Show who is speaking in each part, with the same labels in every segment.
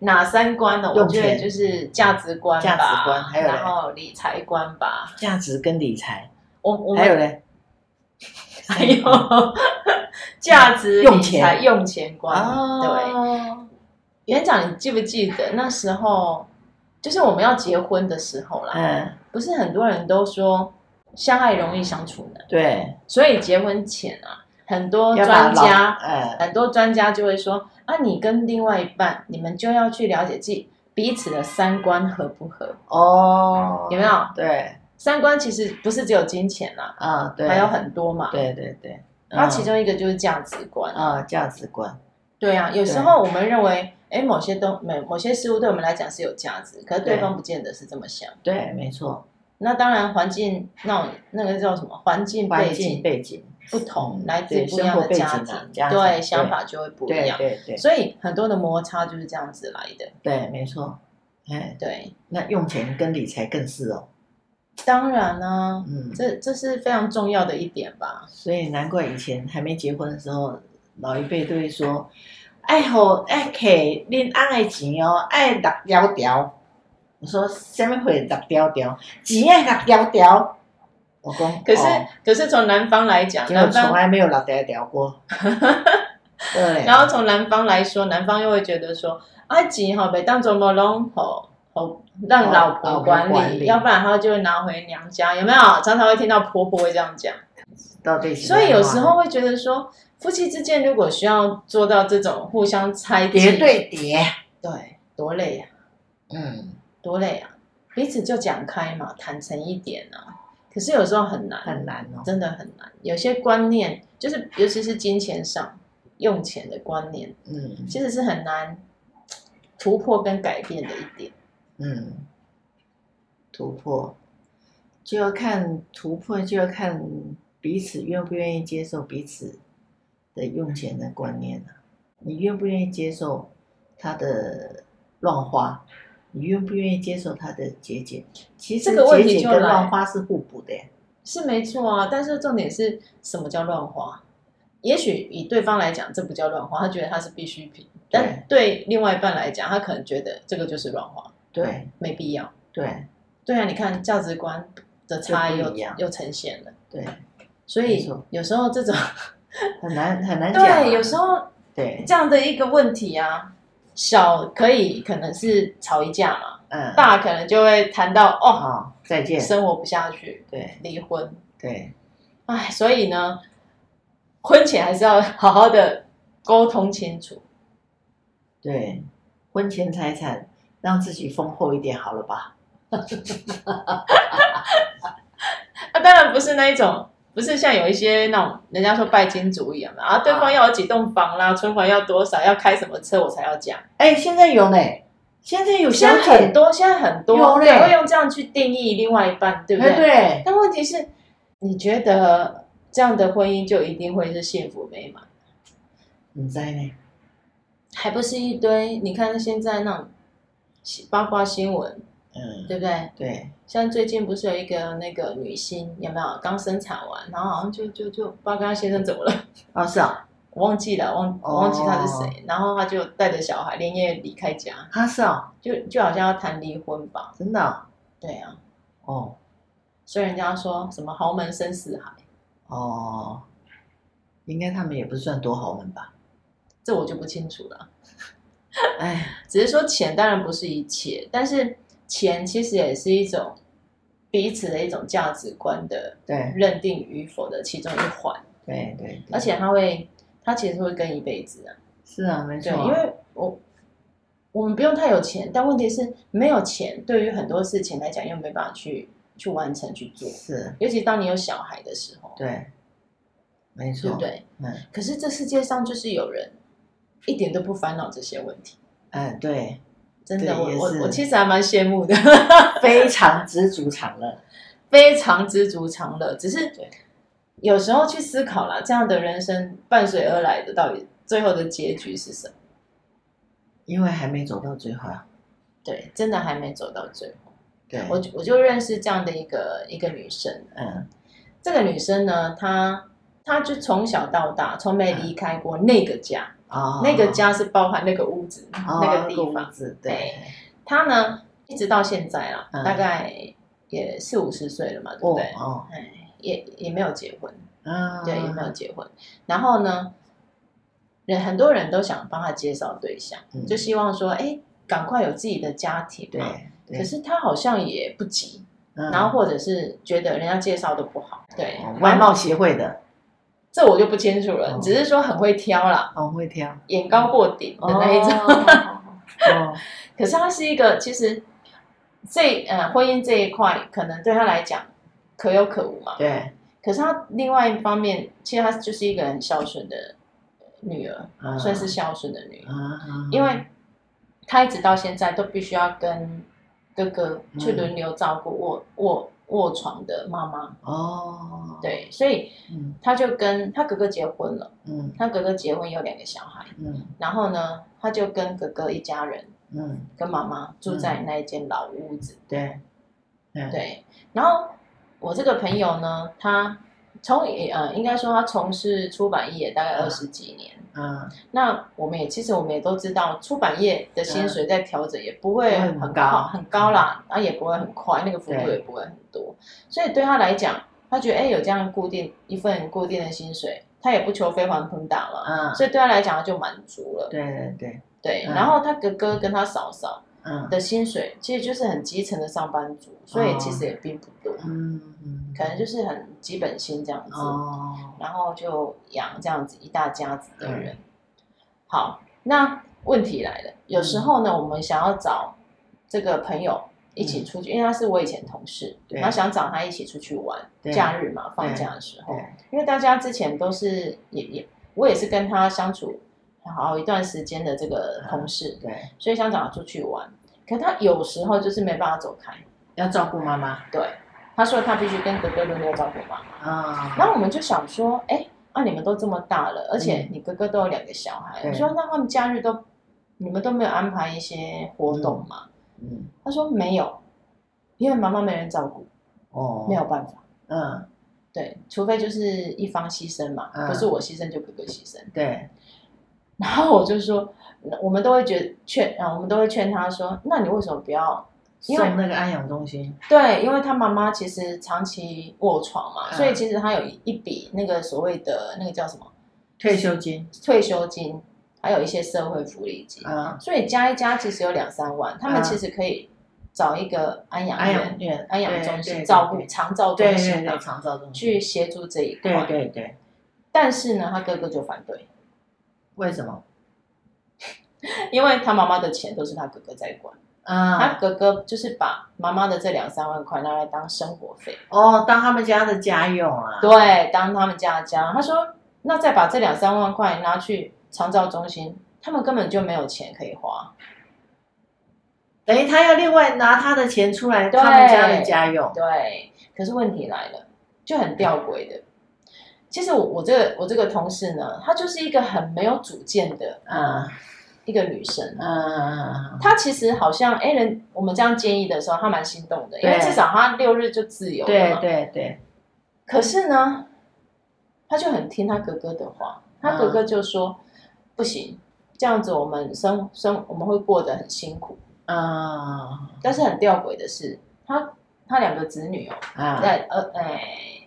Speaker 1: 哪三观呢？我
Speaker 2: 用
Speaker 1: 觉
Speaker 2: 钱
Speaker 1: 得就是价值观吧，
Speaker 2: 价值观还有嘞
Speaker 1: 然后理财观吧。
Speaker 2: 价值跟理财，
Speaker 1: 我我们
Speaker 2: 还有嘞，
Speaker 1: 还有 价值
Speaker 2: 用
Speaker 1: 理财
Speaker 2: 钱
Speaker 1: 用钱观。对，
Speaker 2: 哦
Speaker 1: 园长，你记不记得那时候，就是我们要结婚的时候啦？
Speaker 2: 嗯，
Speaker 1: 不是很多人都说相爱容易相处难，
Speaker 2: 对。
Speaker 1: 所以结婚前啊，很多
Speaker 2: 要把
Speaker 1: 专
Speaker 2: 老
Speaker 1: 家
Speaker 2: 呃，
Speaker 1: 很多专家就会说啊，你跟另外一半，你们就要去了解自己彼此的三观合不合，
Speaker 2: 哦，
Speaker 1: 有没有？
Speaker 2: 对，
Speaker 1: 三观其实不是只有金钱啦，
Speaker 2: 啊，对，
Speaker 1: 还有很多嘛。
Speaker 2: 对对对，
Speaker 1: 然后其中一个就是价值观。
Speaker 2: 啊价值观，
Speaker 1: 对啊，有时候我们认为，哎，某些东某某些事物对我们来讲是有价值，可是对
Speaker 2: 对
Speaker 1: 方不见得是这么想。
Speaker 2: 对，没错，
Speaker 1: 那当然，环境那种那个叫什么环境
Speaker 2: 环
Speaker 1: 背
Speaker 2: 境
Speaker 1: 景
Speaker 2: 背景，
Speaker 1: 不同
Speaker 2: 嗯，
Speaker 1: 来自
Speaker 2: 对
Speaker 1: 不一样
Speaker 2: 生活
Speaker 1: 的
Speaker 2: 背景
Speaker 1: 家
Speaker 2: 啊
Speaker 1: 庭，
Speaker 2: 家庭对
Speaker 1: 对想法就会不一
Speaker 2: 对
Speaker 1: 样。
Speaker 2: 对对
Speaker 1: 所以很多的摩擦就是这样子来的。
Speaker 2: 对，没错，哎，
Speaker 1: 对，
Speaker 2: 那用钱跟理财更是哦，
Speaker 1: 当然啦、
Speaker 2: 嗯，
Speaker 1: 这这是非常重要的一点吧。
Speaker 2: 所以难怪以前还没结婚的时候，老一辈都会说。爱好爱客，恁翁的钱哦，爱六条条。我说什么会六条条？钱爱六条条。我讲，
Speaker 1: 可是、
Speaker 2: 哦
Speaker 1: 可是从男方来讲，
Speaker 2: 结果
Speaker 1: 男
Speaker 2: 从
Speaker 1: 方
Speaker 2: 来没有老爹聊 过。对，
Speaker 1: 然后从男方来说，男方又会觉得说，啊钱吼被当做么拢吼吼让老婆管理，
Speaker 2: 老婆管理
Speaker 1: 要不然他就会拿回娘家，有没有？常常会听到婆婆会这样讲，
Speaker 2: 到底是啊
Speaker 1: 所以有时候会觉得说，夫妻之间如果需要做到这种互相猜忌，
Speaker 2: 叠对叠，
Speaker 1: 对，多累呀、
Speaker 2: 嗯，
Speaker 1: 多累啊，彼此就讲开嘛，坦诚一点啊。可是有时候很难，
Speaker 2: 很难哦。
Speaker 1: 真的很难。有些观念，就是尤其是金钱上用钱的观念，
Speaker 2: 嗯
Speaker 1: 其实是很难突破跟改变的一点。
Speaker 2: 嗯，突破就要看突破，就要看彼此愿不愿意接受彼此的用钱的观念啊。你愿不愿意接受他的乱花？你愿不愿意接受他的节俭？其实
Speaker 1: 这个问题
Speaker 2: 节俭
Speaker 1: 就
Speaker 2: 跟
Speaker 1: 来
Speaker 2: 乱花是互补的耶。
Speaker 1: 是没错啊，但是重点是什么叫乱花？也许以对方来讲，这不叫乱花，他觉得他是必需品；但对另外一半来讲，他可能觉得这个就是乱花，
Speaker 2: 对
Speaker 1: 没必要。
Speaker 2: 对
Speaker 1: 对啊，你看价值观的差异
Speaker 2: 就
Speaker 1: 又
Speaker 2: 不一样
Speaker 1: 又呈现了，
Speaker 2: 对，
Speaker 1: 所
Speaker 2: 没
Speaker 1: 以
Speaker 2: 错
Speaker 1: 有时候这种
Speaker 2: 很难很难讲啊。
Speaker 1: 对，有时候
Speaker 2: 对，
Speaker 1: 这样的一个问题啊，小可以可能是吵一架嘛，
Speaker 2: 嗯，
Speaker 1: 大可能就会谈到哦，
Speaker 2: 好，再见。
Speaker 1: 生活不下去，
Speaker 2: 对
Speaker 1: 离婚，
Speaker 2: 对
Speaker 1: 哎，所以呢，婚前还是要好好的沟通清楚。
Speaker 2: 对，婚前财产让自己丰厚一点好了吧？
Speaker 1: 啊，当然不是那一种，不是像有一些那种人家说拜金主义啊嘛，啊，对方要有几栋房啦，存款要多少，要开什么车我才要嫁。
Speaker 2: 哎，现在有呢，现在有小
Speaker 1: 现在很
Speaker 2: 姐，
Speaker 1: 多，现在很
Speaker 2: 有
Speaker 1: 多
Speaker 2: 嘞
Speaker 1: 对会用这样去定义另外一半，对不
Speaker 2: 哎对，
Speaker 1: 但问题是，你觉得这样的婚姻就一定会是幸福美满？
Speaker 2: 你在呢？
Speaker 1: 还不是一堆？你看现在那种新八卦新闻，
Speaker 2: 嗯，
Speaker 1: 对不对？
Speaker 2: 对
Speaker 1: 像最近不是有一个那个女星，有没有刚生产完，然后好像就就就不知道跟她先生怎么了，
Speaker 2: 哦是啊，
Speaker 1: 我忘记了，忘
Speaker 2: 哦
Speaker 1: 我忘记她是谁，然后她就带着小孩连夜离开家，
Speaker 2: 啊是啊，
Speaker 1: 就就好像要谈离婚吧？
Speaker 2: 真的啊
Speaker 1: 对啊，
Speaker 2: 哦
Speaker 1: 所以人家说什么豪门深似海，
Speaker 2: 哦，应该他们也不算多豪门吧？
Speaker 1: 这我就不清楚了。
Speaker 2: 哎，
Speaker 1: 只是说钱当然不是一切，但是钱其实也是一种彼此的一种价值观的
Speaker 2: 对
Speaker 1: 认定与否的其中一环，
Speaker 2: 对对，对
Speaker 1: 而且它会，它其实会跟一辈子啊。
Speaker 2: 是啊，没
Speaker 1: 对，
Speaker 2: 错啊，
Speaker 1: 因为我我们不用太有钱，但问题是没有钱，对于很多事情来讲又没办法去去完成去做，
Speaker 2: 是，
Speaker 1: 尤其当你有小孩的时候，
Speaker 2: 对，没
Speaker 1: 对
Speaker 2: 错，
Speaker 1: 不，对？
Speaker 2: 嗯
Speaker 1: 可是这世界上就是有人一点都不烦恼这些问题，
Speaker 2: 嗯对，
Speaker 1: 真的，
Speaker 2: 对
Speaker 1: 我
Speaker 2: 也是
Speaker 1: 我我其实还蛮羡慕的，
Speaker 2: 非常知足常乐。
Speaker 1: 非常知足常乐。只是
Speaker 2: 对
Speaker 1: 有时候去思考啦，这样的人生伴随而来的到底最后的结局是什么？
Speaker 2: 因为还没走到最后啊。
Speaker 1: 对，真的还没走到最后。
Speaker 2: 对，
Speaker 1: 我就我就认识这样的一个一个女生，
Speaker 2: 嗯，
Speaker 1: 这个女生呢，她她就从小到大从没离开过那个家，
Speaker 2: 哦，
Speaker 1: 那个家是包含那个屋子、
Speaker 2: 哦
Speaker 1: 那个地
Speaker 2: 那
Speaker 1: 方
Speaker 2: 屋。子，对，
Speaker 1: 她呢，一直到现在啦，
Speaker 2: 嗯
Speaker 1: 大概也四五十岁了嘛，对不
Speaker 2: 哦
Speaker 1: 对？
Speaker 2: 哦，
Speaker 1: 哎，也也没有结婚，
Speaker 2: 啊，
Speaker 1: 对，也没有结婚。然后呢，人很多人都想帮她介绍对象，
Speaker 2: 嗯
Speaker 1: 就希望说，哎，赶快有自己的家庭
Speaker 2: 对
Speaker 1: 嘛。，
Speaker 2: 对
Speaker 1: 可，是她好像也不急，
Speaker 2: 嗯
Speaker 1: 然后或者是觉得人家介绍的不好，对
Speaker 2: 哦，外
Speaker 1: 貌
Speaker 2: 貌协会的，
Speaker 1: 这我就不清楚了，
Speaker 2: 哦
Speaker 1: 只是说很会挑啦，
Speaker 2: 哦，会挑的
Speaker 1: 眼高过顶的那一种。
Speaker 2: 哦，
Speaker 1: 可是他是一个，其实这呃婚姻这一块，可能对他来讲可有可无嘛。
Speaker 2: 对，
Speaker 1: 可是他另外一方面，其实他就是一个很孝顺的女儿，
Speaker 2: 嗯
Speaker 1: 算是孝顺的女儿，
Speaker 2: 啊，
Speaker 1: 因为他一直到现在都必须要跟哥哥
Speaker 2: 嗯
Speaker 1: 去轮流照顾卧卧卧床的妈妈。
Speaker 2: 哦，，
Speaker 1: 对，所以
Speaker 2: 嗯
Speaker 1: 他就跟他哥哥结婚了，
Speaker 2: 嗯
Speaker 1: 他哥哥结婚有两个小孩。
Speaker 2: 嗯
Speaker 1: 然后呢，他就跟哥哥一家人
Speaker 2: 嗯，
Speaker 1: 跟妈妈住在那一间老屋子。
Speaker 2: 对，嗯，
Speaker 1: 对，然后我这个朋友呢，他从呃，应该说他从事出版业大概二十几年。
Speaker 2: 嗯，
Speaker 1: 那我们也其实我们也都知道，出版业的薪水在调整也不会
Speaker 2: 嗯不会很
Speaker 1: 很
Speaker 2: 高嗯
Speaker 1: 很高啦，然后也不会很快，那个幅度
Speaker 2: 对
Speaker 1: 也不会很多，所以对他来讲，他觉得哎有这样固定一份固定的薪水，他也不求飞黄腾达了，
Speaker 2: 嗯，
Speaker 1: 所以对他来讲他就满足了。
Speaker 2: 对对对，
Speaker 1: 对，
Speaker 2: 嗯
Speaker 1: 然后他哥哥跟他嫂嫂
Speaker 2: 嗯
Speaker 1: 的薪水其实就是很基层的上班族，所以
Speaker 2: 哦
Speaker 1: 其实也并不多，
Speaker 2: 嗯嗯，
Speaker 1: 可能就是很基本薪这样子，
Speaker 2: 哦，
Speaker 1: 然后就养这样子一大家子的人。好，那问题来了，有时候
Speaker 2: 嗯
Speaker 1: 呢，我们想要找这个朋友一起出去，因为他是我以前同事，
Speaker 2: 对
Speaker 1: 然后想找他一起出去玩，
Speaker 2: 对
Speaker 1: 假日嘛，放假的时候，
Speaker 2: 对，
Speaker 1: 因为大家之前都是也也，我也是跟他相处好一段时间的这个
Speaker 2: 嗯
Speaker 1: 同事，
Speaker 2: 对，
Speaker 1: 所以想找他出去玩。可他有时候就是没办法走开，
Speaker 2: 要照顾妈妈
Speaker 1: 对，他说他必须跟哥哥轮流照顾妈妈。
Speaker 2: 啊，
Speaker 1: 然后我们就想说，哎，啊你们都这么大了，而且你哥哥都有两个小孩，
Speaker 2: 嗯对
Speaker 1: 我说那他们假日都你们都没有安排一些活动吗？
Speaker 2: 嗯，
Speaker 1: 他说没有，因为妈妈没人照顾，
Speaker 2: 哦，
Speaker 1: 没有，办法。
Speaker 2: 嗯，
Speaker 1: 对，除非就是一方牺牲嘛，
Speaker 2: 嗯
Speaker 1: 不是我牺牲就哥哥牺牲。
Speaker 2: 对，
Speaker 1: 然后我就说，我们都会觉得劝啊，我们都会劝他说，那你为什么不要因为
Speaker 2: 送那个安养中心，
Speaker 1: 对，因为他妈妈其实长期卧床嘛，
Speaker 2: 嗯
Speaker 1: 所以其实他有一笔那个所谓的那个叫什么
Speaker 2: 退休金，
Speaker 1: 退休金，还有一些社会福利金，
Speaker 2: 啊，
Speaker 1: 所以加一加其实有两三万，他们
Speaker 2: 嗯
Speaker 1: 其实可以找一个安养
Speaker 2: 安养
Speaker 1: 院、
Speaker 2: 院，
Speaker 1: 安养
Speaker 2: 对
Speaker 1: 中
Speaker 2: 对
Speaker 1: 心
Speaker 2: 对
Speaker 1: 照顾
Speaker 2: 对
Speaker 1: 长照
Speaker 2: 对
Speaker 1: 中
Speaker 2: 对
Speaker 1: 心啊
Speaker 2: 对，长照中心，
Speaker 1: 去协助这一
Speaker 2: 对
Speaker 1: 块。
Speaker 2: 对对，
Speaker 1: 但是呢，他哥哥就反对，
Speaker 2: 为什么？
Speaker 1: 因为他妈妈的钱都是他哥哥在管，他
Speaker 2: 啊，
Speaker 1: 哥哥就是把妈妈的这两三万块拿来当生活费。
Speaker 2: 哦，当他们家的家用啊，
Speaker 1: 对，当他们家家，他说那再把这两三万块拿去长照中心，他们根本就没有钱可以花。
Speaker 2: 等于他要另外拿他的钱出来，
Speaker 1: 对
Speaker 2: 他们家的家用，
Speaker 1: 对，可是问题来了，就很吊诡的。其实我我这个我这个同事呢，她就是一个很没有主见的
Speaker 2: 嗯
Speaker 1: 一个女生。
Speaker 2: 嗯嗯
Speaker 1: 她其实好像哎人，我们这样建议的时候，她蛮心动的，因为
Speaker 2: 对
Speaker 1: 至少她六日就自
Speaker 2: 嗯，
Speaker 1: 由了
Speaker 2: 对
Speaker 1: 嘛。
Speaker 2: 对对，
Speaker 1: 可是呢，他就很听他哥哥的话，他哥哥就说、
Speaker 2: 嗯
Speaker 1: 不行，这样子我们生生我们会过得很辛苦。
Speaker 2: 嗯
Speaker 1: 但是很吊诡的是，他他两个子女哦，
Speaker 2: 啊
Speaker 1: 在呃哎，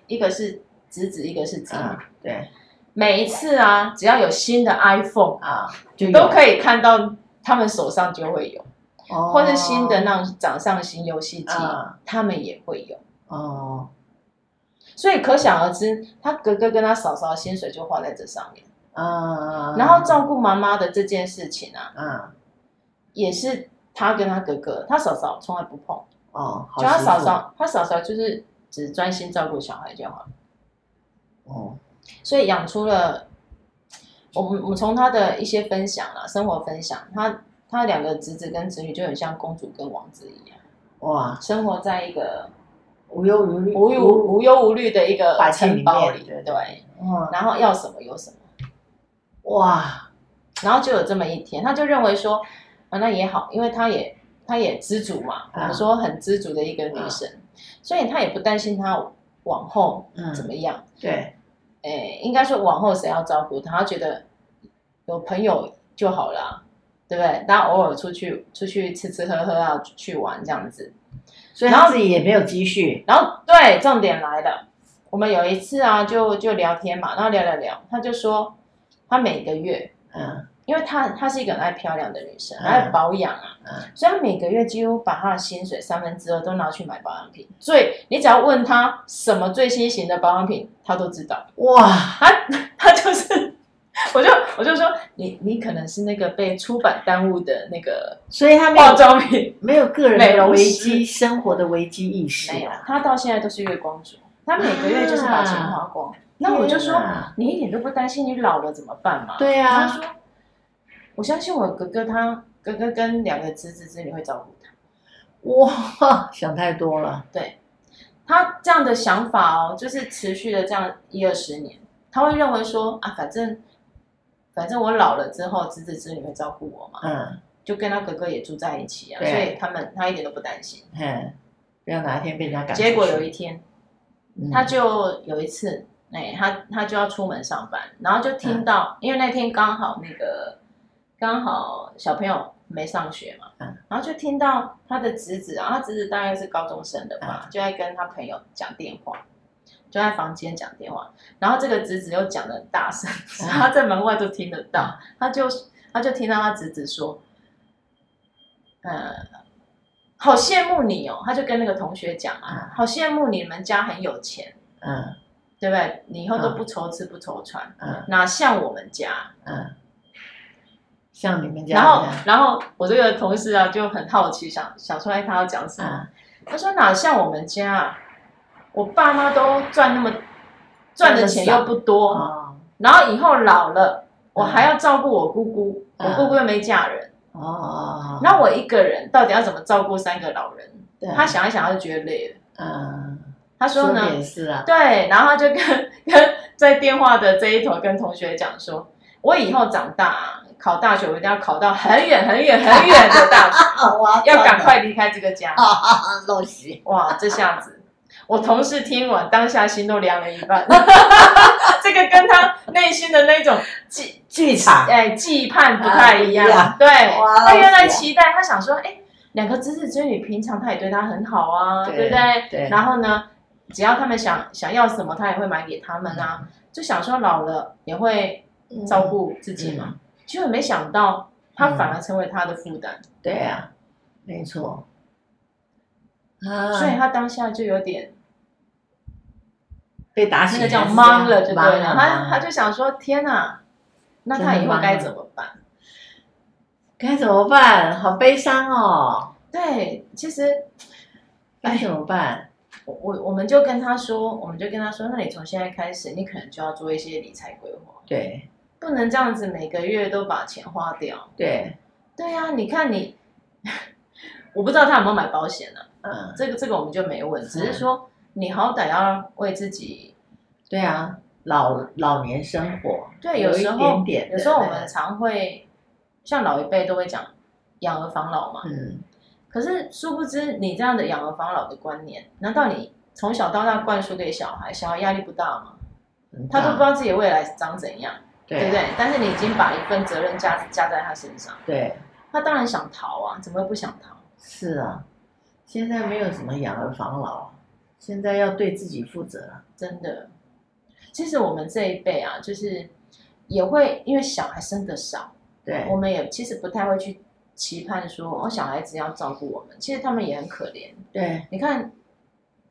Speaker 1: 一个是侄子，一个是侄女。
Speaker 2: 啊，对
Speaker 1: 每一次啊，只要有新的 iPhone，
Speaker 2: 啊，就
Speaker 1: 都可以看到他们手上就会有，
Speaker 2: 以，哦
Speaker 1: 或是新的那种掌上型游戏机，
Speaker 2: 啊
Speaker 1: 他们也会有。
Speaker 2: 哦，
Speaker 1: 所以可想而知，他哥哥跟他嫂嫂的薪水就花在这上面。
Speaker 2: 嗯，
Speaker 1: 然后照顾妈妈的这件事情啊，
Speaker 2: 嗯
Speaker 1: 也是他跟他哥哥，他嫂嫂从来不碰，
Speaker 2: 哦，好
Speaker 1: 就他
Speaker 2: 媳
Speaker 1: 嫂
Speaker 2: 妇
Speaker 1: 嫂，他嫂嫂就是只专心照顾小孩就好了，
Speaker 2: 哦，
Speaker 1: 所以养出了我们我们从他的一些分享啊，生活分享，他他两个侄子跟侄女就很像公主跟王子一样，
Speaker 2: 哇，
Speaker 1: 生活在一个
Speaker 2: 无忧无虑，
Speaker 1: 无忧无忧无虑的一个
Speaker 2: 百姓里
Speaker 1: 城堡
Speaker 2: 面
Speaker 1: 里，
Speaker 2: 对
Speaker 1: 对，
Speaker 2: 哇
Speaker 1: 然后要什么有什么，
Speaker 2: 哇，
Speaker 1: 然后就有这么一天，他就认为说，啊，那也好，因为他也他也知足嘛，我
Speaker 2: 啊
Speaker 1: 们说很知足的一个女生，所以他也不担心他往后
Speaker 2: 嗯
Speaker 1: 怎么样，
Speaker 2: 对
Speaker 1: 诶、应该说往后谁要照顾他，他觉得有朋友就好啦，对不对？大家偶尔出去出去吃吃喝喝啊，去玩这样子，
Speaker 2: 所以
Speaker 1: 然
Speaker 2: 他
Speaker 1: 后
Speaker 2: 自己也没有积蓄，
Speaker 1: 然后对，重点来了，我们有一次啊，就就聊天嘛，然后聊聊聊，他就说他每个月，
Speaker 2: 嗯
Speaker 1: 因为她她是一个很爱漂亮的女生，
Speaker 2: 嗯
Speaker 1: 很爱保养啊，
Speaker 2: 嗯
Speaker 1: 所以她每个月几乎把她的薪水三分之二都拿去买保养品。最你只要问她什么最新型的保养品，她都知道。
Speaker 2: 哇，
Speaker 1: 她她就是，我就我就说你你可能是那个被出版耽误的那个
Speaker 2: 所以他没
Speaker 1: 化
Speaker 2: 有
Speaker 1: 妆品，
Speaker 2: 没有个人
Speaker 1: 美
Speaker 2: 的
Speaker 1: 容
Speaker 2: 危
Speaker 1: 师
Speaker 2: 机生活的危机意识
Speaker 1: 没有
Speaker 2: 啊，，
Speaker 1: 她到现在都是月光族，她每个月就是把钱花光。那我就
Speaker 2: 啊天
Speaker 1: 说
Speaker 2: 哪
Speaker 1: 你一点都不担心你老了怎么办嘛？
Speaker 2: 对
Speaker 1: 他
Speaker 2: 啊，
Speaker 1: 说：“我相信我哥哥他，哥哥跟两个侄子侄女会照顾他。
Speaker 2: 哇， 想太多了，
Speaker 1: 他这样的想法哦，就是持续的这样一二十年，他会认为说啊，反正反正我老了之后，侄子侄女会照顾我嘛，
Speaker 2: 嗯
Speaker 1: 就跟他哥哥也住在一起啊，所
Speaker 2: 对
Speaker 1: 以他们他一点都不担心。
Speaker 2: 嗯，不要哪一天被人家赶出去，
Speaker 1: 结果有一天，
Speaker 2: 嗯
Speaker 1: 他就有一次，哎，他他就要出门上班，然后就
Speaker 2: 嗯
Speaker 1: 听到，因为那天刚好那个刚好小朋友没上学嘛，
Speaker 2: 嗯
Speaker 1: 然后就听到他的侄子啊，他侄子大概是高中生的
Speaker 2: 嗯
Speaker 1: 吧，就在跟他朋友讲电话，就在房间讲电话，然后这个侄子又讲的很大声，
Speaker 2: 嗯
Speaker 1: 他在门外都听得到，他就他就听到他侄子说，呃，好羡慕你哦，他就跟那个同学讲啊，好羡慕你们家很有钱，
Speaker 2: 嗯
Speaker 1: 对不对？你以后都
Speaker 2: 嗯
Speaker 1: 不愁吃不愁穿，
Speaker 2: 嗯
Speaker 1: 哪像我们家？
Speaker 2: 嗯，像你们家
Speaker 1: 然后
Speaker 2: 这样，
Speaker 1: 然后我这个同事啊就很好奇，想想出来他要讲什么。
Speaker 2: 嗯
Speaker 1: 他说哪像我们家啊，我爸妈都赚那么赚的钱又不多，
Speaker 2: 哦
Speaker 1: 然后以后老了，我
Speaker 2: 嗯
Speaker 1: 还要照顾我姑姑，我
Speaker 2: 嗯
Speaker 1: 姑姑又没嫁人，
Speaker 2: 哦哦，
Speaker 1: 那我一个人到底要怎么照顾三个老人？
Speaker 2: 对
Speaker 1: 他想一想，他就觉得累了。
Speaker 2: 嗯，
Speaker 1: 他说
Speaker 2: 说
Speaker 1: 呢，
Speaker 2: 的也是啊，
Speaker 1: 对，然后他就跟跟在电话的这一头跟同学讲说，我以后长大啊考大学，我一定要考到很远很远很远的大 学，
Speaker 2: 啊，我
Speaker 1: 要赶 快离开这个家。
Speaker 2: 啊，陋习。
Speaker 1: 哇，这下子，我同事听完当下心都凉了一 半。 这个跟他内心的那种期
Speaker 2: 剧场，
Speaker 1: 哎期盼不太一样，
Speaker 2: 啊
Speaker 1: 对，
Speaker 2: 哇
Speaker 1: 他原来
Speaker 2: 是啊
Speaker 1: 期待，他想说，哎，两个侄子侄女平常他也对他很好啊，
Speaker 2: 对
Speaker 1: 对不对？
Speaker 2: 对
Speaker 1: 然后呢，只要他们想想要什么，他也会买给他们
Speaker 2: 嗯
Speaker 1: 啊，就想说老了也会照顾自己
Speaker 2: 嗯
Speaker 1: 嘛。结果没想到，他反而成为他的负担，
Speaker 2: 对啊，没错。啊，
Speaker 1: 所以他当下就有点
Speaker 2: 被打
Speaker 1: 那
Speaker 2: 醒啊
Speaker 1: 个
Speaker 2: 还是这
Speaker 1: 叫
Speaker 2: 样，
Speaker 1: 懵了，就对
Speaker 2: 懵
Speaker 1: 了。
Speaker 2: 了，
Speaker 1: 他他
Speaker 2: 就
Speaker 1: 就想说，天哪，那他以后该怎么办？
Speaker 2: 该怎么办？好悲伤哦，
Speaker 1: 对，其实
Speaker 2: 该怎么办？
Speaker 1: 我我我们就跟他说，我们就跟他说，那你从现在开始，你可能就要做一些理财规划，
Speaker 2: 对
Speaker 1: 不能这样子每个月都把钱花掉。
Speaker 2: 对，
Speaker 1: 对呀、你看你， 我不知道他有没有买保险啊，
Speaker 2: 嗯，
Speaker 1: 这个这个我们就没问，只是说你好歹要为自己。
Speaker 2: 对啊，老老年生活，
Speaker 1: 对，
Speaker 2: 有
Speaker 1: 有
Speaker 2: 一
Speaker 1: 时候
Speaker 2: 点点的
Speaker 1: 有时候我们常会，像老一辈都会讲养儿防老嘛，
Speaker 2: 嗯，
Speaker 1: 可是殊不知，你这样的养儿防老的观念，难道你从小到大灌输给小孩，小孩压力不大吗？
Speaker 2: 很
Speaker 1: 他都不知
Speaker 2: 大
Speaker 1: 道自己未来长怎样，对
Speaker 2: 对
Speaker 1: 不
Speaker 2: 啊
Speaker 1: 对？但是你已经把一份责任加加在他身上，
Speaker 2: 对，
Speaker 1: 他当然想逃啊，怎么会不想逃？
Speaker 2: 是啊，现在没有什么养儿防老，现在要对自己负责啊，
Speaker 1: 真的，其实我们这一辈啊，就是也会因为小孩生的少，
Speaker 2: 对
Speaker 1: 我，们也其实不太会去期盼说，哦，小孩子要照顾我们，其实他们也很可怜。
Speaker 2: 对，
Speaker 1: 你看，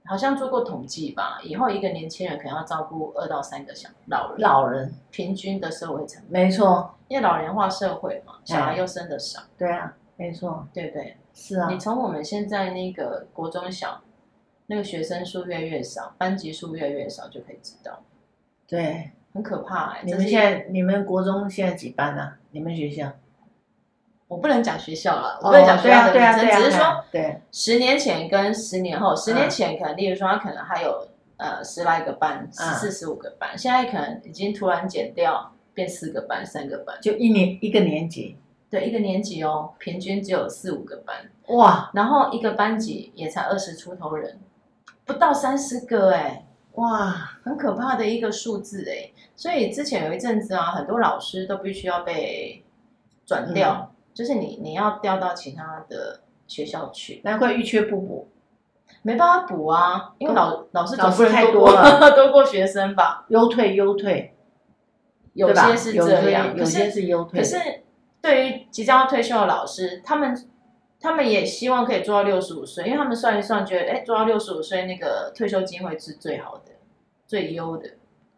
Speaker 1: 好像做过统计吧，以后一个年轻人可能要照顾二到三个小老人，
Speaker 2: 老人
Speaker 1: 平均的社会成本，
Speaker 2: 没错，
Speaker 1: 因为老人化社会嘛，小孩又生的少，
Speaker 2: 对啊，没错，
Speaker 1: 对不对？
Speaker 2: 是啊
Speaker 1: 你，从我们现在那个国中小，那个学生数越来越少，班级数越来越少，就可以知道，
Speaker 2: 对，
Speaker 1: 很可怕哎、
Speaker 2: 你
Speaker 1: 这
Speaker 2: 们
Speaker 1: 是
Speaker 2: 现在你们国中现在几班呢、啊？你们学校
Speaker 1: 我不能讲学校了，我
Speaker 2: 哦
Speaker 1: 不能讲学
Speaker 2: 对
Speaker 1: 校
Speaker 2: 啊
Speaker 1: 的
Speaker 2: 对
Speaker 1: 名
Speaker 2: 啊
Speaker 1: 称，
Speaker 2: 对啊，
Speaker 1: 只是
Speaker 2: 对啊嗯
Speaker 1: 说
Speaker 2: 对
Speaker 1: 十年前跟十年后，十年前可能，例如说他可能还有呃十来个班，十
Speaker 2: 嗯
Speaker 1: 四十五个班，现在可能已经突然减掉变四个班、三个班，
Speaker 2: 就一年一个年级，
Speaker 1: 对，一个年级哦，平均只有四五个班，
Speaker 2: 哇
Speaker 1: 然后一个班级也才二十出头人，不到三十个哎、
Speaker 2: 哇，
Speaker 1: 很可怕的一个数字哎、所以之前有一阵子啊，很多老师都必须要
Speaker 2: 嗯
Speaker 1: 被转调，就是你你要调到其他的学校去，
Speaker 2: 难怪欲缺不补，
Speaker 1: 没办法补啊，因为老老师
Speaker 2: 嗯老
Speaker 1: 总
Speaker 2: 师
Speaker 1: 不能
Speaker 2: 太
Speaker 1: 多过
Speaker 2: 多了
Speaker 1: 多过学生吧？
Speaker 2: 优退优退，
Speaker 1: 有
Speaker 2: 对吧
Speaker 1: 些是这样，
Speaker 2: 有些有
Speaker 1: 可
Speaker 2: 些
Speaker 1: 是
Speaker 2: 是优退
Speaker 1: 可
Speaker 2: 的，
Speaker 1: 是对于即将要退休的老师，他们他们也希望可以做到六十五岁，因为他们算一算，觉得哎、做到六十五岁那个退休金会是最好的、最优的。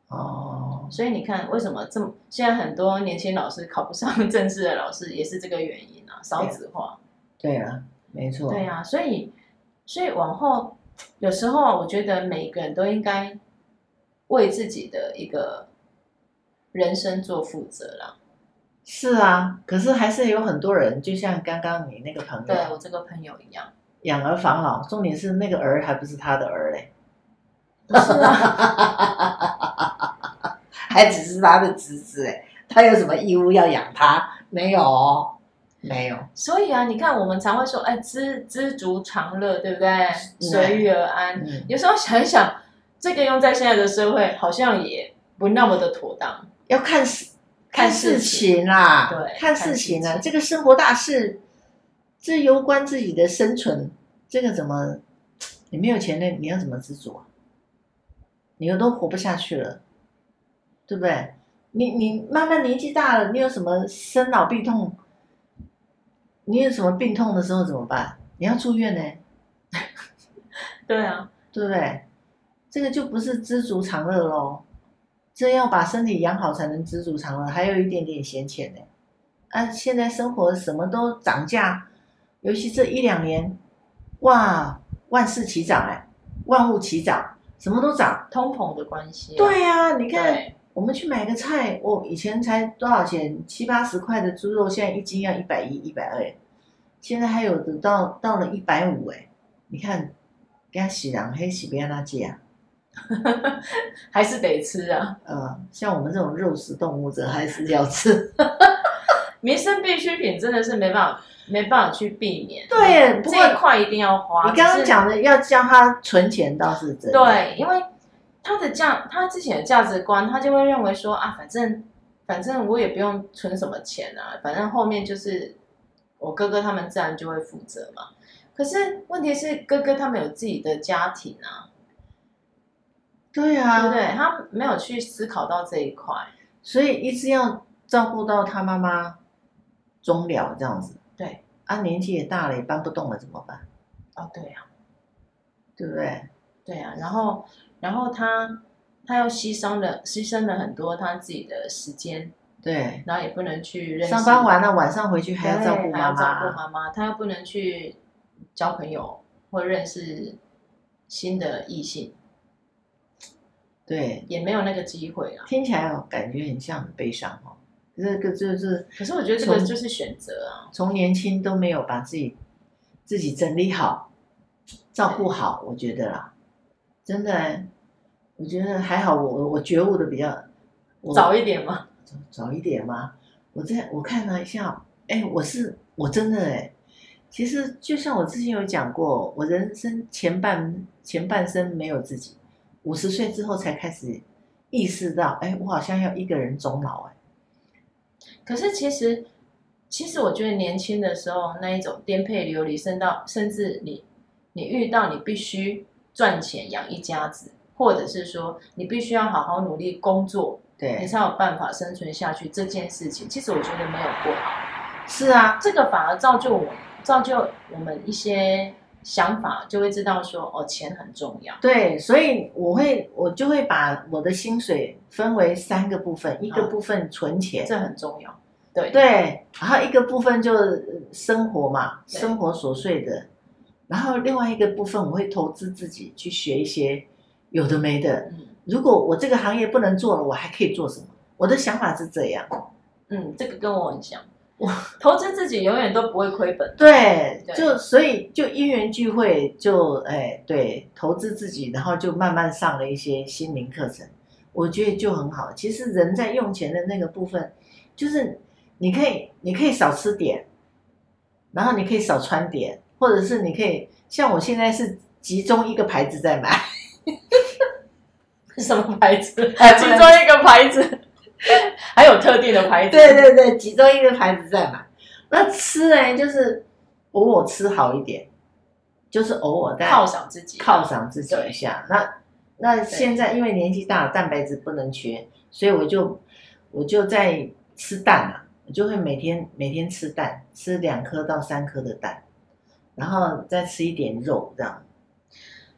Speaker 2: 哦，
Speaker 1: 所以你看，为什么这么现在很多年轻老师考不上 正式的老师，也是这个原因啊，少子化。
Speaker 2: 对啊，没错，
Speaker 1: 对啊，所以所以往后有时候啊我觉得每个人都应该为自己的一个人生做负责啦。
Speaker 2: 是啊，可是还是有很多人，就像刚刚你那个朋
Speaker 1: 对啊
Speaker 2: 友
Speaker 1: 我这个朋友一样，
Speaker 2: 养儿防老，重点是那个儿还不是他的儿嘞，
Speaker 1: 不是啊，
Speaker 2: 还只是他的侄子哎，他有什么义务要养他？没有哦，没有，
Speaker 1: 所以啊，你看我们常会说，哎，知知足常乐，对不对？随遇而安。
Speaker 2: 嗯，
Speaker 1: 有时候想一想，这个用在现在的社会，好像也不那么的妥当。
Speaker 2: 要看事
Speaker 1: 看
Speaker 2: 看
Speaker 1: 事
Speaker 2: 事
Speaker 1: 情
Speaker 2: 情啦，
Speaker 1: 对
Speaker 2: 看
Speaker 1: 看
Speaker 2: 事
Speaker 1: 事
Speaker 2: 情啊，
Speaker 1: 情
Speaker 2: 这个生活大事，这攸关自己的生存，这个怎么你没有钱了，你要怎么知足啊？你又都活不下去了，对不对？你你慢慢年纪大了，你有什么生老病痛，你有什么病痛的时候怎么办？你要住院呢、
Speaker 1: 对啊，
Speaker 2: 对不对？这个就不是知足常乐喽，这要把身体养好才能知足常乐，还有一点点闲钱呢。啊，现在生活什么都涨价，尤其这一两年，哇，万事齐涨哎，万物齐涨，什么都涨。
Speaker 1: 通膨的关系啊、
Speaker 2: 对呀、你
Speaker 1: 对，
Speaker 2: 看我们去买个菜，我、以前才多少钱？七八十块的猪肉，现在一斤要一百一、一百二，现在还有的到到了一百五，哎，你看，给他洗凉黑洗不要垃圾啊。
Speaker 1: 还是得吃啊，
Speaker 2: 呃，像我们这种肉食动物者还是要吃。
Speaker 1: 民生必需品真的是没办法，没办法去避免。
Speaker 2: 对不过
Speaker 1: 这一块一定要 花。
Speaker 2: 你刚
Speaker 1: 只
Speaker 2: 刚
Speaker 1: 是
Speaker 2: 讲的要教他存钱倒是真的，，
Speaker 1: 对，因为他的价，他之前的价值观，他就会认为说啊，反正反正我也不用存什么钱啊，反正后面就是我哥哥他们自然就会负责嘛。可是问题是，哥哥他们有自己的家庭啊，
Speaker 2: 对
Speaker 1: 对不
Speaker 2: 啊，
Speaker 1: 对？他没有去思考到这一块。
Speaker 2: 所以一直要照顾到他妈妈终了这样子。
Speaker 1: 对，
Speaker 2: 啊，年纪也大了，也搬不动了，怎么办？
Speaker 1: 哦，对啊。
Speaker 2: 对不对？
Speaker 1: 对啊，然后然后他他又牺牲了牺牲了很多他自己的时间，
Speaker 2: 对，
Speaker 1: 然后也不能去认识
Speaker 2: 上班完了，晚上回去还要
Speaker 1: 对
Speaker 2: 照顾
Speaker 1: 还
Speaker 2: 妈
Speaker 1: 要照顾
Speaker 2: 妈，
Speaker 1: 妈妈，他又不能去交朋友或认识新的异性，
Speaker 2: 对，
Speaker 1: 也没有那个机会啊。
Speaker 2: 听起来哦，感觉很像很悲伤哦。这个就是
Speaker 1: 可是我觉得这个
Speaker 2: 从
Speaker 1: 就是选择啊，
Speaker 2: 从年轻都没有把自己自己整理好、照顾好，我觉得啦，真的欸、我觉得还好我，我我觉悟的比较我
Speaker 1: 早一点嘛。
Speaker 2: 早早一点嘛。我在我看了一下，哎、我是我真的哎、其实就像我之前有讲过，我人生前半前半生没有自己，五十岁之后才开始意识到，哎、我好像要一个人终老哎、
Speaker 1: 可是其实其实我觉得年轻的时候那一种颠沛流离，甚到甚至你你遇到你必须赚钱养一家子，或者是说你必须要好好努力工作，你
Speaker 2: 对，
Speaker 1: 才有办法生存下去。这件事情，其实我觉得没有不好，
Speaker 2: 是啊，
Speaker 1: 这个反而造就我造就我们一些想法，就会知道说哦，钱很重要。
Speaker 2: 对，所以我会我就会把我的薪水分为三个部分，一个部分存钱，
Speaker 1: 嗯这很重要，对
Speaker 2: 对，然后一个部分就是生活嘛，
Speaker 1: 对
Speaker 2: 生活琐碎的，然后另外一个部分我会投资自己去学一些有的没的。
Speaker 1: 嗯
Speaker 2: 如果我这个行业不能做了，我还可以做什么？我的想法是这样，
Speaker 1: 嗯，这个跟我很像，投资自己永远都不会亏本。
Speaker 2: 对，
Speaker 1: 对
Speaker 2: 就所以就因缘聚会就哎对，投资自己，然后就慢慢上了一些心灵课程，我觉得就很好。其实人在用钱的那个部分，就是你可以你可以少吃点，然后你可以少穿点，或者是你可以像我现在是集中一个牌子在买，
Speaker 1: 什么牌子？
Speaker 2: 哎
Speaker 1: 其
Speaker 2: 不
Speaker 1: 中
Speaker 2: 能
Speaker 1: 一个牌 子，还有特定的牌子。
Speaker 2: 对对对，集中一个牌子在买。那吃呢，就是偶尔吃好一点，就是偶尔但
Speaker 1: 犒赏自己。
Speaker 2: 犒赏自己一下。那那现在因为年纪大了，蛋白质不能缺，所以我就我就在吃蛋啊，我就会每天每天吃蛋，吃两颗到三颗的蛋，然后再吃一点肉这样。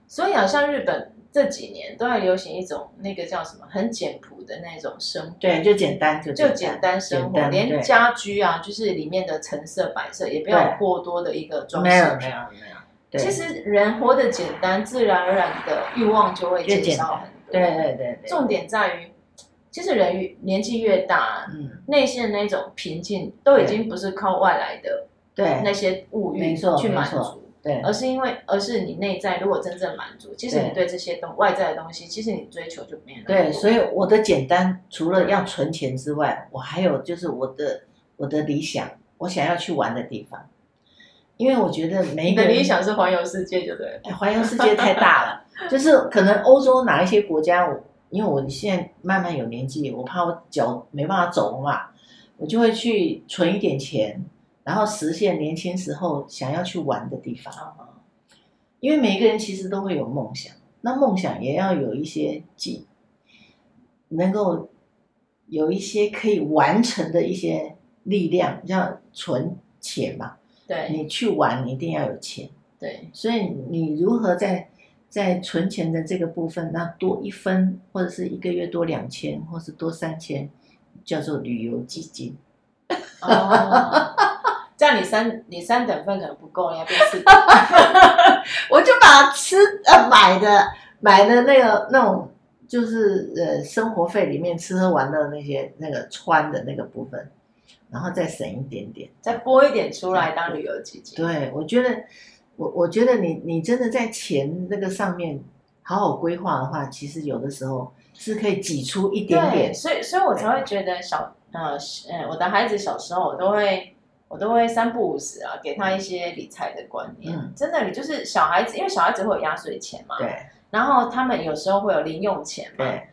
Speaker 1: 所以好像日本这几年都在流行一种那个叫什么，很简朴的那种生活。
Speaker 2: 对，就简单就
Speaker 1: 就简单生活，
Speaker 2: 简单
Speaker 1: 连
Speaker 2: 对
Speaker 1: 家居啊，就是里面的陈设摆设，也不要有
Speaker 2: 对
Speaker 1: 过多的一个装饰。
Speaker 2: 没有没有没有。对
Speaker 1: 其实人活得简单，自然而然的欲望就会减
Speaker 2: 越简
Speaker 1: 少
Speaker 2: 单
Speaker 1: 很多。
Speaker 2: 对对对对，
Speaker 1: 重点在于，其实人越年纪越大，
Speaker 2: 嗯
Speaker 1: 内心的那种平静都已经不是靠外来的那
Speaker 2: 对
Speaker 1: 些物欲
Speaker 2: 没错
Speaker 1: 去满
Speaker 2: 没
Speaker 1: 足
Speaker 2: 错，对
Speaker 1: 而是因为而是你内在如果真正满足，其实
Speaker 2: 对
Speaker 1: 你对这些东外在的东西，其实你追求就没有那么
Speaker 2: 对，
Speaker 1: 多
Speaker 2: 所以我的简单除了要存钱之外，我还有就是我的我的理想，我想要去玩的地方，因为我觉得每一
Speaker 1: 你
Speaker 2: 个
Speaker 1: 的
Speaker 2: 人
Speaker 1: 理想是环游世界，就对了。
Speaker 2: 哎，环游世界太大了，就是可能欧洲哪一些国家，我因为我现在慢慢有年纪，我怕我脚没办法走嘛，我就会去存一点钱，然后实现年轻时候想要去玩的地方。因为每一个人其实都会有梦想，那梦想也要有一些技，能够有一些可以完成的一些力量，像存钱嘛，
Speaker 1: 对
Speaker 2: 你去玩你一定要有钱。
Speaker 1: 对
Speaker 2: 所以你如何在在存钱的这个部分，那多一分或者是一个月多两千，或是多三千，叫做旅游基金。
Speaker 1: 哦， 这样你三你三等份可能不够，你要变四 等。
Speaker 2: 我就把吃呃买的买的那个那种就是呃生活费里面吃喝玩乐那些那个穿的那个部分，然后再省一点点。
Speaker 1: 再拨一点出来当旅游基金。
Speaker 2: 对，我觉得我我觉得你你真的在钱那个上面好好规划的话，其实有的时候是可以挤出一点点
Speaker 1: 对，所以所以我才会觉得小呃是呃，我的孩子小时候我都会我都会三不五时啊，给他一些理财的观念。
Speaker 2: 嗯
Speaker 1: 真的，你就是小孩子，因为小孩子会有压岁钱嘛，
Speaker 2: 对
Speaker 1: 然后他们有时候会有零用钱嘛，
Speaker 2: 对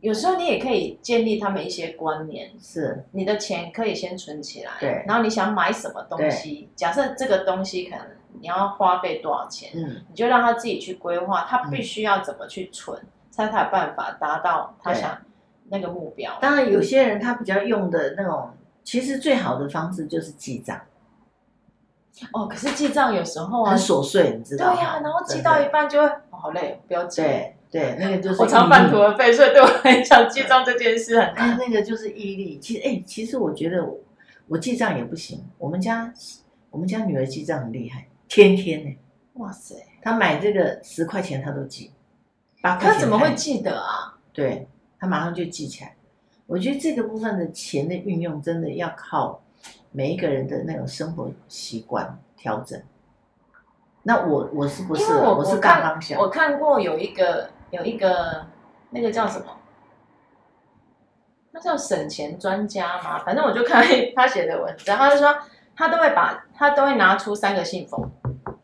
Speaker 1: 有时候你也可以建立他们一些观念。
Speaker 2: 是。
Speaker 1: 你的钱可以先存起来，
Speaker 2: 对
Speaker 1: 然后你想买什么东西，假设这个东西可能你要花费多少钱，
Speaker 2: 嗯，
Speaker 1: 你就让他自己去规划，他
Speaker 2: 嗯
Speaker 1: 必须要怎么去存，才才有办法达到他
Speaker 2: 对
Speaker 1: 想那个目标。
Speaker 2: 当然有些人他比较用的那种，其实最好的方式就是记账，
Speaker 1: 哦，可是记账有时候啊
Speaker 2: 很，琐碎，你知
Speaker 1: 对
Speaker 2: 道吗？
Speaker 1: 呀、然后记
Speaker 2: 真的
Speaker 1: 到一半就会、哦、好累，不要记。，
Speaker 2: 对对，那个就是
Speaker 1: 我常
Speaker 2: 毅
Speaker 1: 犯
Speaker 2: 力
Speaker 1: 徒儿费，所以对我来讲，记账这件事很
Speaker 2: 哎
Speaker 1: 难。，
Speaker 2: 那个就是毅力。其实哎、其实我觉得我我记账也不行，我们家我们家女儿记账很厉害，天天呢、
Speaker 1: 哇塞，
Speaker 2: 她买这个十块钱她都记，八块
Speaker 1: 他
Speaker 2: 钱
Speaker 1: 怎么会
Speaker 2: 她
Speaker 1: 记得啊？
Speaker 2: 对他马上就记起来。我觉得这个部分的钱的运用，真的要靠每一个人的那种生活习惯调整。那我我是不是
Speaker 1: 因为我
Speaker 2: 我是刚
Speaker 1: 看
Speaker 2: 刚想
Speaker 1: 我看过有一个有一个那个叫什么？那叫省钱专家嘛，反正我就看他写的文章，他就说他都会把他都会拿出三个信封，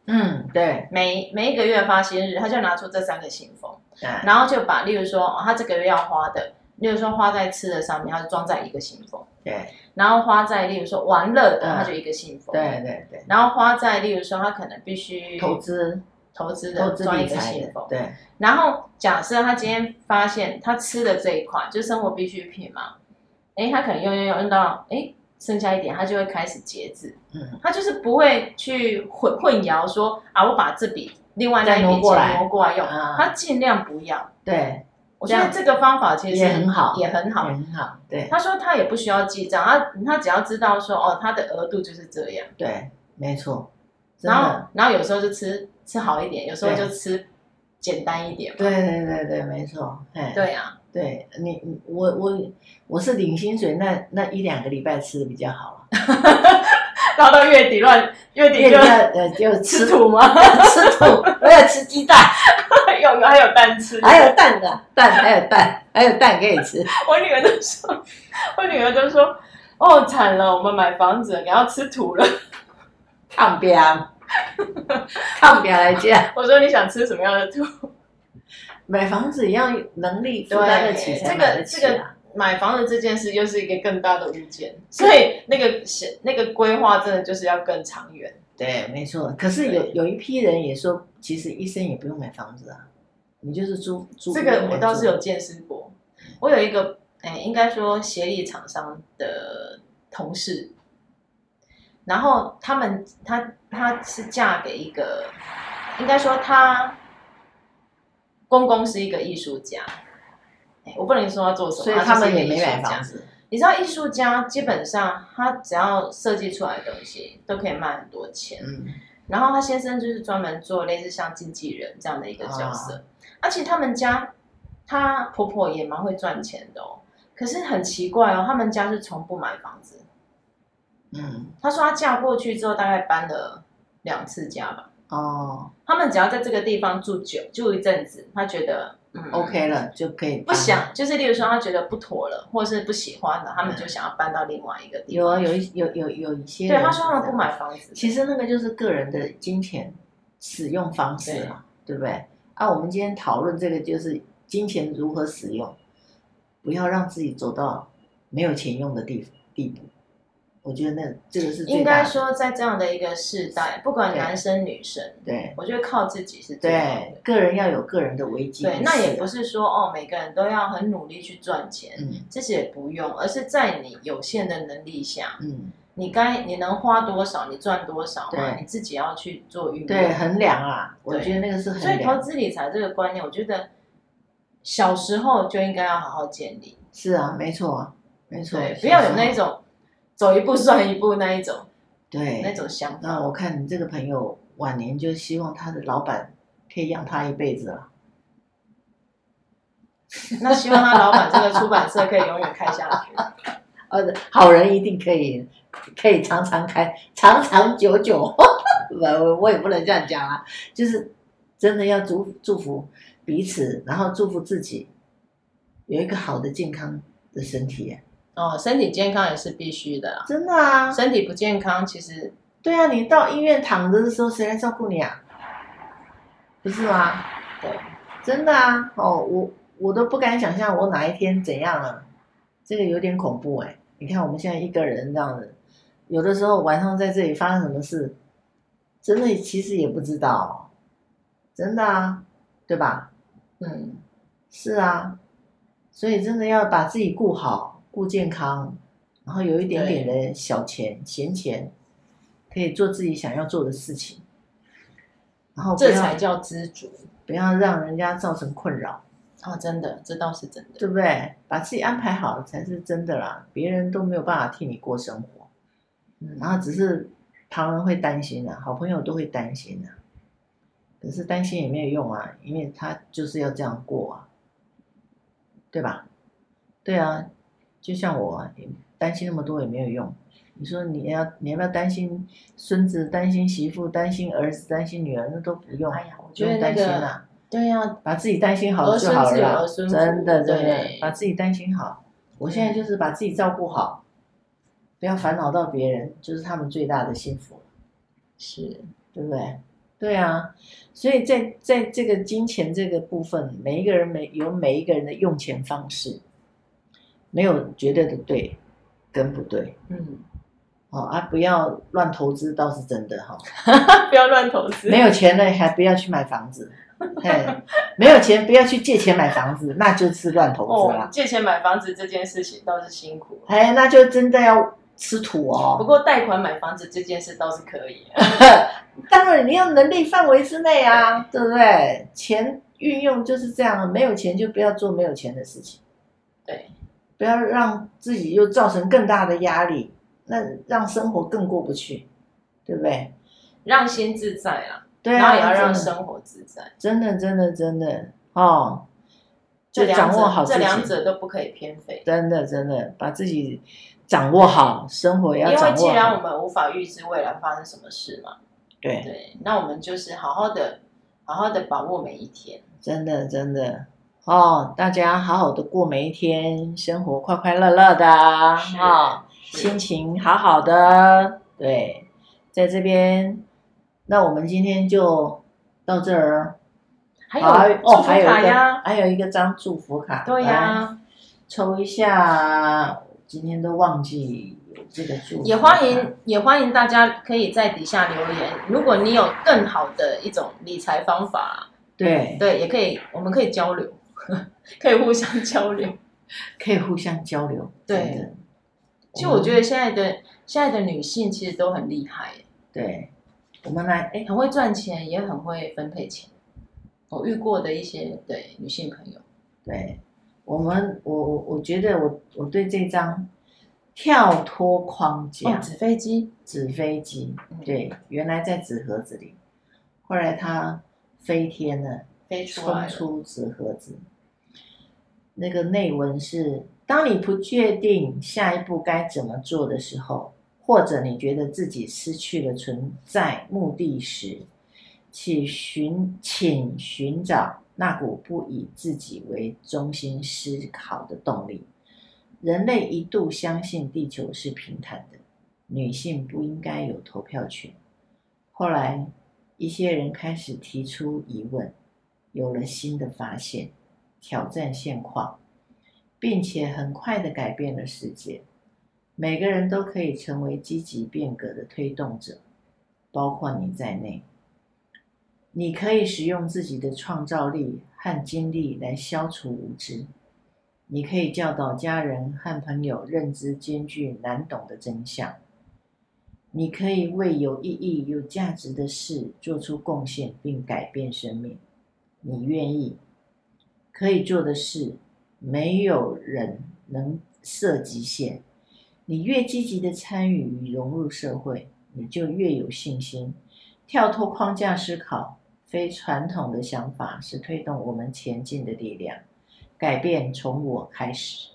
Speaker 2: 嗯对
Speaker 1: 每每一个月发薪日，他就拿出这三个信封，
Speaker 2: 哎
Speaker 1: 然后就把，例如说，哦，他这个月要花的，例如说花在吃的上面，他就装在一个信封；
Speaker 2: 对
Speaker 1: 然后花在，例如说玩乐的，
Speaker 2: 嗯
Speaker 1: 他就一个信封；
Speaker 2: 对对对，
Speaker 1: 然后花在，例如说他可能必须
Speaker 2: 投资
Speaker 1: 投资
Speaker 2: 投
Speaker 1: 的
Speaker 2: 资
Speaker 1: 装一
Speaker 2: 理
Speaker 1: 个
Speaker 2: 财
Speaker 1: 信
Speaker 2: 的
Speaker 1: 封。
Speaker 2: 对
Speaker 1: 然后假设他今天发现他吃的这一块就是生活必需品嘛，诶，他可能用用用用到诶剩下一点，他就会开始节制。
Speaker 2: 嗯
Speaker 1: 他就是不会去混混淆说啊，我把这笔另外那一
Speaker 2: 再
Speaker 1: 笔
Speaker 2: 挪过来
Speaker 1: 钱挪过来用，
Speaker 2: 啊
Speaker 1: 他尽量不要。
Speaker 2: 对
Speaker 1: 我觉得这个方法其实
Speaker 2: 也很好
Speaker 1: 也很好。
Speaker 2: 很好对
Speaker 1: 他说他也不需要记账，他他只要知道说哦，他的额度就是这样。
Speaker 2: 对没错，真
Speaker 1: 然后
Speaker 2: 的
Speaker 1: 然后有时候就吃吃好一点，有时候
Speaker 2: 对
Speaker 1: 就吃简单一点嘛。
Speaker 2: 对对对对没错哎
Speaker 1: 对啊，
Speaker 2: 对你，你我我我是领薪水，那那一两个礼拜吃的比较好了，
Speaker 1: 然后到月底乱月底
Speaker 2: 因为
Speaker 1: 就
Speaker 2: 那呃就
Speaker 1: 吃
Speaker 2: 吃土
Speaker 1: 土吗？
Speaker 2: 吃土，我要吃鸡蛋，
Speaker 1: 有还有蛋吃，
Speaker 2: 还有蛋的蛋，还有蛋，还有蛋可以吃。
Speaker 1: 我女儿就说，我女儿就说，哦惨了，我们买房子了你要吃土了。
Speaker 2: 抗标，抗标来啊讲，
Speaker 1: 我说你想吃什么样的土？
Speaker 2: 买房子也要能力负担得起才
Speaker 1: 这
Speaker 2: 买得
Speaker 1: 个
Speaker 2: 起、
Speaker 1: 这
Speaker 2: 啊
Speaker 1: 个买房子这件事又是一个更大的物件，所以那个那个规划真的就是要更长远。
Speaker 2: 对，没错。可是有有一批人也说，其实医生也不用买房子啊，你就是租租。
Speaker 1: 这个我倒是
Speaker 2: 租
Speaker 1: 有见识过，我有一个哎、应该说协力厂商的同事，然后他们她她是嫁给一个，应该说她公公是一个艺术家，哎、我不能说他做什么，
Speaker 2: 所以他们也
Speaker 1: 就是一
Speaker 2: 没
Speaker 1: 个艺
Speaker 2: 买
Speaker 1: 术家
Speaker 2: 房子。
Speaker 1: 你知道艺术家基本上他只要设计出来的东西都可以卖很多钱，
Speaker 2: 嗯，
Speaker 1: 然后他先生就是专门做类似像经纪人这样的一个角色，而且他们家她婆婆也蛮会赚钱的哦。可是很奇怪哦，他们家是从不买房子。
Speaker 2: 嗯，
Speaker 1: 她说她嫁过去之后大概搬了两次家吧。
Speaker 2: 哦
Speaker 1: 他们只要在这个地方住久住一阵子，她觉得嗯
Speaker 2: ，OK 了就可以。
Speaker 1: 不。想就是例如说她觉得不妥了，或是不喜欢了，他们就想要搬到另外一个地
Speaker 2: 有
Speaker 1: 方。
Speaker 2: 啊，有一有有有一些人
Speaker 1: 对，她说他
Speaker 2: 是
Speaker 1: 们
Speaker 2: 这
Speaker 1: 不
Speaker 2: 样。
Speaker 1: 买房子，
Speaker 2: 其实那个就是个人的金钱使用方式啊，对不对？啊，我们今天讨论这个就是金钱如何使用，不要让自己走到没有钱用的地地步。我觉得那这个是最
Speaker 1: 应
Speaker 2: 大
Speaker 1: 该
Speaker 2: 的
Speaker 1: 说在这样的一个世代，不管
Speaker 2: 对
Speaker 1: 男生女生，
Speaker 2: 对
Speaker 1: 我觉得靠自己是最好的。
Speaker 2: 对，个人要有个人的危机意识啊。
Speaker 1: 对，那也不是说哦，每个人都要很努力去赚钱，
Speaker 2: 嗯
Speaker 1: 这些也不用，而是在你有限的能力下，
Speaker 2: 嗯，
Speaker 1: 你该你能花多少，你赚多少嘛，
Speaker 2: 对
Speaker 1: 你自己要去做运用。
Speaker 2: 对，衡量啊，我
Speaker 1: 对
Speaker 2: 觉得那个是
Speaker 1: 所
Speaker 2: 衡
Speaker 1: 以投
Speaker 2: 量。
Speaker 1: 资理财这个观念，我觉得小时候就应该要好好建立，
Speaker 2: 是啊，没错啊，没错啊
Speaker 1: 对，。不要有那
Speaker 2: 种
Speaker 1: 种走一步算一步那一种
Speaker 2: 对
Speaker 1: 那种想法。
Speaker 2: 那我看你这个朋友晚年就希望他的老板可以养他一辈子啊了。
Speaker 1: 那希望他老板这个出版社可以永远开下去。
Speaker 2: 呃，好人一定可以，可以常常开，长长久久。 不，我我也不能这样讲啊，就是真的要祝祝福彼此，然后祝福自己有一个好的健康的身体、啊。
Speaker 1: 哦，身体健康也是必须的啦，
Speaker 2: 真的啊，
Speaker 1: 身体不健康其实
Speaker 2: 对啊，你到医院躺着的时候，谁来照顾你啊？不是吗？
Speaker 1: 对。
Speaker 2: 真的啊，哦，我我都不敢想象我哪一天怎样了、这个有点恐怖哎、你看我们现在一个人这样子，有的时候晚上在这里发生什么事，真的其实也不知道，真的啊，对吧？
Speaker 1: 嗯。
Speaker 2: 是啊，所以真的要把自己顾好，顾健康，然后有一点点的小钱、闲钱，可以做自己想要做的事情，然后不
Speaker 1: 这
Speaker 2: 要
Speaker 1: 才叫知足
Speaker 2: 不要让人家造成困扰。
Speaker 1: 哦，真的，这倒是真的。
Speaker 2: 对不对？把自己安排好才是真的啦，别人都没有办法替你过生活，
Speaker 1: 嗯
Speaker 2: 然后只是旁人会担心啊，好朋友都会担心啊，可是担心也没有用啊，因为他就是要这样过啊，对吧？对啊，就像我、啊、担心那么多也没有用。你说你要你要不要担心孙子、担心媳妇、担心儿子、担心女儿，那都不用，
Speaker 1: 哎呀我
Speaker 2: 不
Speaker 1: 觉得
Speaker 2: 用担
Speaker 1: 那
Speaker 2: 心
Speaker 1: 个
Speaker 2: 啦、
Speaker 1: 对呀、
Speaker 2: 把自己担心好就好了啦
Speaker 1: 儿孙自有儿孙福
Speaker 2: 真的真的
Speaker 1: 对，嗯
Speaker 2: 把自己担心好。我现在就是把自己照顾好，不要烦恼到别人，就是他们最大的幸福，
Speaker 1: 是
Speaker 2: 对不对？对啊，所以在在这个金钱这个部分，每一个人每有每一个人的用钱方式，没有绝对的对跟不对
Speaker 1: 嗯，
Speaker 2: 哦啊，不要乱投资倒是真的哈、
Speaker 1: 不要乱投 资。
Speaker 2: 没有钱了还不要去买房子，嘿，没有钱不要去借钱买房子， 那就是乱投资啦
Speaker 1: 哦，。借钱买房子这件事情倒是辛苦，
Speaker 2: 哎，那就真的要吃土
Speaker 1: 不
Speaker 2: 哦。
Speaker 1: 过贷款买房子这件事倒是可以。啊
Speaker 2: 当然，你要能力范围之内啊，对不对？钱运用就是这样，没有钱就不要做没有钱的事情，
Speaker 1: 对，
Speaker 2: 不要让自己又造成更大的压力，那让生活更过不去，对不对？
Speaker 1: 让心自在啦，
Speaker 2: 对
Speaker 1: 然
Speaker 2: 啊，
Speaker 1: 后也要让
Speaker 2: 真的
Speaker 1: 生活自在。
Speaker 2: 真的真的真的哦，
Speaker 1: 这两
Speaker 2: 就掌握好
Speaker 1: 者
Speaker 2: 自
Speaker 1: 这
Speaker 2: 己
Speaker 1: 两者都不可以偏废。
Speaker 2: 真的真的把自己掌握好，生活也要
Speaker 1: 因
Speaker 2: 掌
Speaker 1: 为既
Speaker 2: 握
Speaker 1: 然
Speaker 2: 好。
Speaker 1: 我们无法预知未来发生什么事嘛，
Speaker 2: 对，
Speaker 1: 对，那我们就是好好的、好好的把握每一天。
Speaker 2: 真的真的哦，大家好好的过每一天，生活快快乐乐的啊、
Speaker 1: 是
Speaker 2: 哦，
Speaker 1: 是
Speaker 2: 心情好好的。对，在这边，那我们今天就到这儿。
Speaker 1: 还
Speaker 2: 好
Speaker 1: 有
Speaker 2: 哦，
Speaker 1: 祝福
Speaker 2: 还有
Speaker 1: 卡
Speaker 2: 一个
Speaker 1: 呀，，
Speaker 2: 还有一个张祝福卡，
Speaker 1: 对
Speaker 2: 来
Speaker 1: 呀，
Speaker 2: 抽一下。今天都忘记有这个祝福卡，
Speaker 1: 也欢迎也欢迎大家可以在底下留言，如果你有更好的一种理财方法，
Speaker 2: 对，
Speaker 1: 对，也可以，我们可以交流， 可以互相交流。
Speaker 2: 可以互相交流。
Speaker 1: 对
Speaker 2: 真的，
Speaker 1: 其实我觉
Speaker 2: 得
Speaker 1: 得现在的现在的女性其实都很厉害，
Speaker 2: 对，我们来哎，
Speaker 1: 很会赚钱，也很会分配钱。我遇过的一些对女性朋友，
Speaker 2: 对我们，我我我觉得我我对这张跳脱框
Speaker 1: 哦，
Speaker 2: 架
Speaker 1: 纸飞机，
Speaker 2: 纸飞机
Speaker 1: 嗯，
Speaker 2: 对，原来在纸盒子里，后来它飞天了，
Speaker 1: 飞出来
Speaker 2: 冲
Speaker 1: 了
Speaker 2: 出纸盒子。那个内文是：当你不确定下一步该怎么做的时候，或者你觉得自己失去了存在目的时，请寻请寻找那股不以自己为中心思考的动力。人类一度相信地球是平坦的，女性不应该有投票权。后来，一些人开始提出疑问，有了新的发现，挑战现况，并且很快的改变了世界。每个人都可以成为积极变革的推动者，包括你在内。你可以使用自己的创造力和精力来消除无知。你可以教导家人和朋友认知艰巨难懂的真相。你可以为有意义、有价值的事做出贡献，并改变生命。你愿意可以做的事，没有人能设极限。你越积极的参与与融入社会，你就越有信心。跳脱框架思考，非传统的想法是推动我们前进的力量。改变从我开始，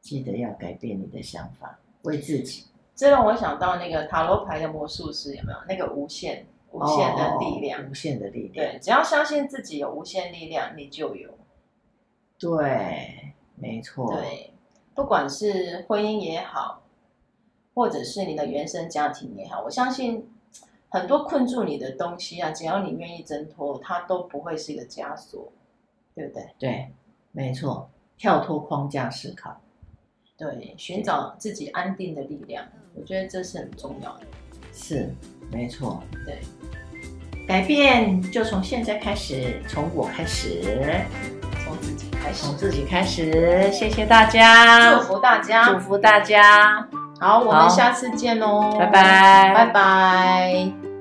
Speaker 2: 记得要改变你的想法，为自己。
Speaker 1: 这让我想到那个塔罗牌的魔术师有没有那个无限无限的力量？
Speaker 2: 哦哦无限的力量，
Speaker 1: 对，只要相信自己有无限力量，你就有。
Speaker 2: 对，没错，
Speaker 1: 对，不管是婚姻也好，或者是你的原生家庭也好，我相信很多困住你的东西啊，只要你愿意挣脱，它都不会是一个枷锁，对不对？
Speaker 2: 对没错，跳脱框架思考，
Speaker 1: 对，寻找自己安定的力量，我觉得这是很重要的。
Speaker 2: 是没错，
Speaker 1: 对，
Speaker 2: 改变就从现在开始，从我开始，
Speaker 1: 从自己开始
Speaker 2: 从，自己开始。谢谢大家，
Speaker 1: 祝福大
Speaker 2: 祝
Speaker 1: 家。
Speaker 2: 福大家，
Speaker 1: 好，我
Speaker 2: 好
Speaker 1: 们下次见哦，
Speaker 2: 拜拜，
Speaker 1: 拜拜。